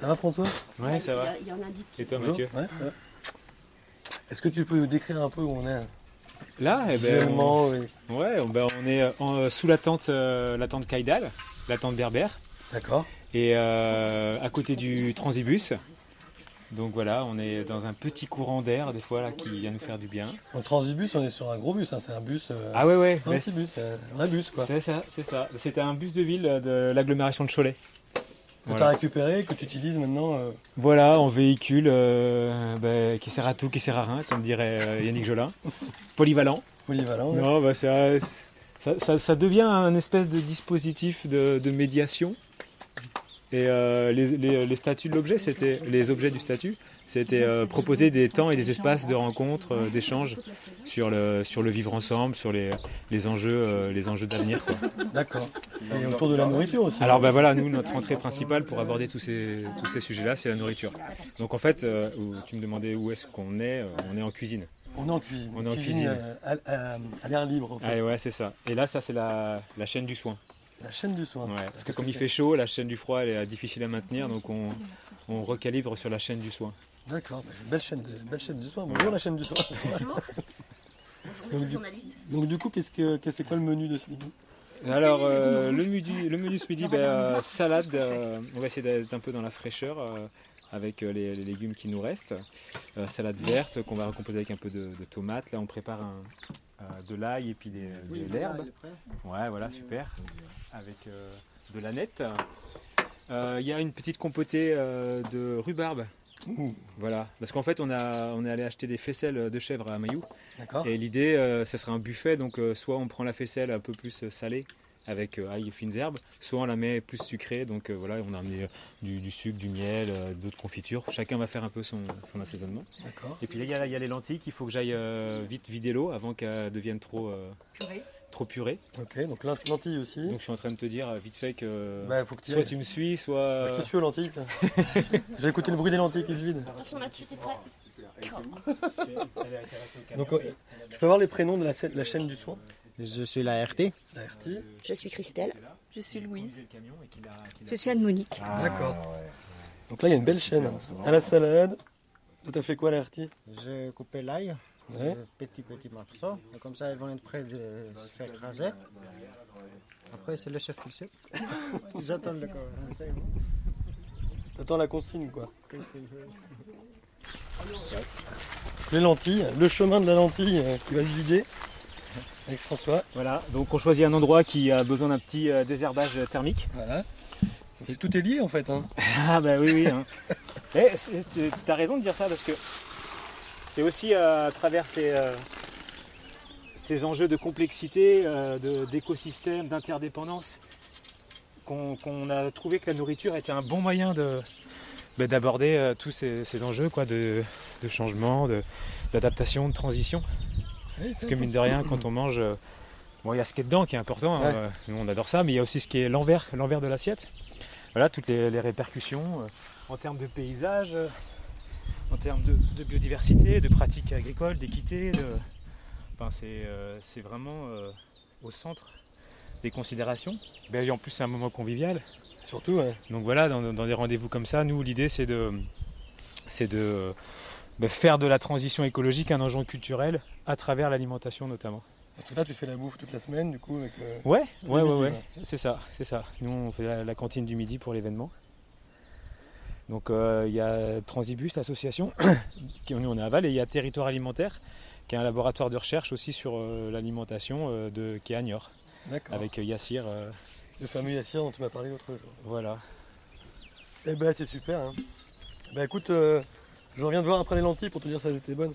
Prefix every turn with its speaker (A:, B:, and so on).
A: Ça va François
B: Ouais, ça va.
C: Il y, en a dit.
B: Et toi,
A: Bonjour.
B: Mathieu
A: Ouais, ouais. Est-ce que tu peux nous décrire un peu où on est
B: Là, eh ben, on,
A: Actuellement, oui.
B: ouais, on- ben, on est euh, en, euh, sous la tente, euh, la tente Kaidal, la tente berbère,
A: D'accord.
B: et euh, à côté du transibus. Donc voilà, on est dans un petit courant d'air des fois là qui vient nous faire du bien.
A: En transibus, on est sur un gros bus. hein. C'est un bus. euh,
B: Ah ouais ouais,
A: un
B: bah,
A: petit bus. euh, Un vrai bus, quoi. Que
B: c'est ça, c'est ça. C'était un bus de ville euh, de l'agglomération de Cholet.
A: tu as
B: Voilà.
A: récupéré, que tu utilises maintenant. euh,
B: Voilà, en véhicule euh, ben, qui sert à tout, qui sert à rien, comme dirait euh, Yannick Jolin. Polyvalent.
A: polyvalent. ouais.
B: Non, bah, ça, ça, ça- ça devient un espèce de dispositif de, de médiation. Et euh, les, les- les statuts de l'objet, c'était les objets du statut, c'était euh, proposer des temps et des espaces de rencontre, euh, d'échange sur le sur le vivre ensemble, sur les, les enjeux euh, les enjeux d'avenir. quoi.
A: D'accord. Et autour de la nourriture aussi.
B: Alors bah voilà, nous notre entrée principale pour aborder tous ces tous ces sujets-là, c'est la nourriture. Donc en fait, euh, où- tu me demandais où est-ce qu'on est, euh, on est en cuisine.
A: on est en cuisine.
B: on est en cuisine.
A: euh, à, à- à l'air libre. en fait.
B: Ah ouais, c'est ça. Et là, ça c'est la, la chaîne du soin.
A: La chaîne du soin.
B: Ouais, parce
A: Qu'est-ce
B: que comme
A: que
B: il
A: c'est
B: fait chaud, la chaîne du froid elle est difficile à maintenir, donc on, on recalibre sur la chaîne du soin.
A: D'accord. Belle chaîne, de- belle chaîne du soin. Bonjour
B: Voilà.
A: la chaîne du soin.
C: Bonjour.
A: Donc,
C: Bonjour,
A: du-
C: journaliste.
A: Donc du coup, qu'est-ce que qu'est-ce- c'est quoi le menu de ce midi
B: Alors euh, le menu le menu ce midi, ben, euh, salade. euh, on va essayer d'être un peu dans la fraîcheur euh, avec euh, les, les légumes qui nous restent. Euh, salade verte qu'on va recomposer avec un peu de, de tomates. Là, on prépare un- euh, de l'ail et puis des, de l'herbe. Ouais, Euh, voilà, super. Avec euh, de la nette. Euh, Il y a une petite compotée euh, de rhubarbe.
A: Ouh,
B: Voilà, parce qu'en fait, on, a, on est allé acheter des faisselles euh, de chèvre à Mayou.
A: D'accord.
B: Et l'idée, euh, ce serait un buffet. Donc, euh, soit on prend la faisselle un peu plus euh, salée avec euh, ail et fines herbes, soit on la met plus sucrée. Donc, euh, voilà, on a amené euh, du, du sucre, du miel, euh, d'autres confitures. Chacun va faire un peu son, son assaisonnement.
A: D'accord.
B: Et puis là, il y a- il y, a les lentilles qu'il faut que j'aille euh, vite vider l'eau avant qu'elles deviennent trop, euh,
C: Purée.
B: trop purées.
A: Ok. Donc lent- lentilles aussi.
B: Donc, je suis en train de te dire euh, vite fait que.
A: bah faut que tu y
B: Soit
A: ailles.
B: tu me suis,
A: Bah,
B: soit. euh,
A: Je te suis aux lentilles. toi. J'ai écouté le bruit des lentilles qui se vident.
C: Attention là-dessus, c'est prêt.
A: Donc, euh, je peux avoir les prénoms de la, scè- de la chaîne du soin
D: Je suis la RT.
A: La RT.
C: Je suis Christelle.
E: Je suis
A: euh,
E: Louise.
C: Je suis Anne-Monique.
A: D'accord. Donc là, il y a une belle chaîne. hein. À la salade. Toi, t'as fait quoi, la RT
D: J'ai coupé l'ail,
A: Ouais.
D: euh, petit petit morceau. Et comme ça, ils vont être prêts de se faire raser. Après, c'est le chef qui le sait. J'attends le conseil.
A: T'attends la consigne, quoi.
D: conseil.
A: Les lentilles, le chemin de la lentille euh, qui va se vider. Avec François.
B: Voilà, donc on choisit un endroit qui a besoin d'un petit euh, désherbage thermique.
A: Voilà. Donc, tout est lié, en fait. hein.
B: Ah bah oui oui. hein. Eh, c'est- tu- t'as raison de dire ça parce que c'est aussi euh, à travers ces, euh, ces enjeux de complexité, euh, de- d'écosystème, d'interdépendance qu'on qu'on a trouvé que la nourriture était un bon moyen de bah, d'aborder euh, tous ces, ces enjeux quoi, de, de changement, de- d'adaptation, de, transition.
A: Oui, c'est
B: Parce que mine de rien, quand on mange, euh, bon, il y a ce qui est dedans qui est important. hein,
A: Ouais.
B: euh, nous, on adore ça, mais il y a aussi ce qui est l'envers, l'envers de l'assiette. Voilà, toutes les, les répercussions euh, en termes de paysage, euh, en termes de, de biodiversité, de pratiques agricoles, d'équité. de- Enfin, c'est, euh, c'est vraiment euh, au centre des considérations. Ben, et en plus, c'est un moment convivial.
A: Surtout, ouais.
B: Donc voilà, dans, dans des rendez-vous comme ça, nous, l'idée, c'est de, c'est de euh, ben, faire de la transition écologique un enjeu culturel à travers l'alimentation notamment.
A: Parce que là, tu fais la bouffe toute la semaine, du coup, avec. euh,
B: Ouais,
A: tous
B: ouais,
A: les
B: ouais,
A: midis,
B: ouais. C'est ça, c'est ça. Nous, on fait la, la cantine du midi pour l'événement. Donc, euh, il y a Transibus, l'association, qui nous, on est à Val, et il y a Territoire Alimentaire, qui est un laboratoire de recherche aussi sur euh, l'alimentation euh, de qui est à Niort,
A: D'accord.
B: avec Yassir. euh,
A: Le fameux Yassir dont tu m'as parlé l'autre jour.
B: voilà.
A: Eh ben, c'est super. Hein. Ben, écoute, euh, je reviens te voir après les lentilles pour te dire si elles étaient bonnes.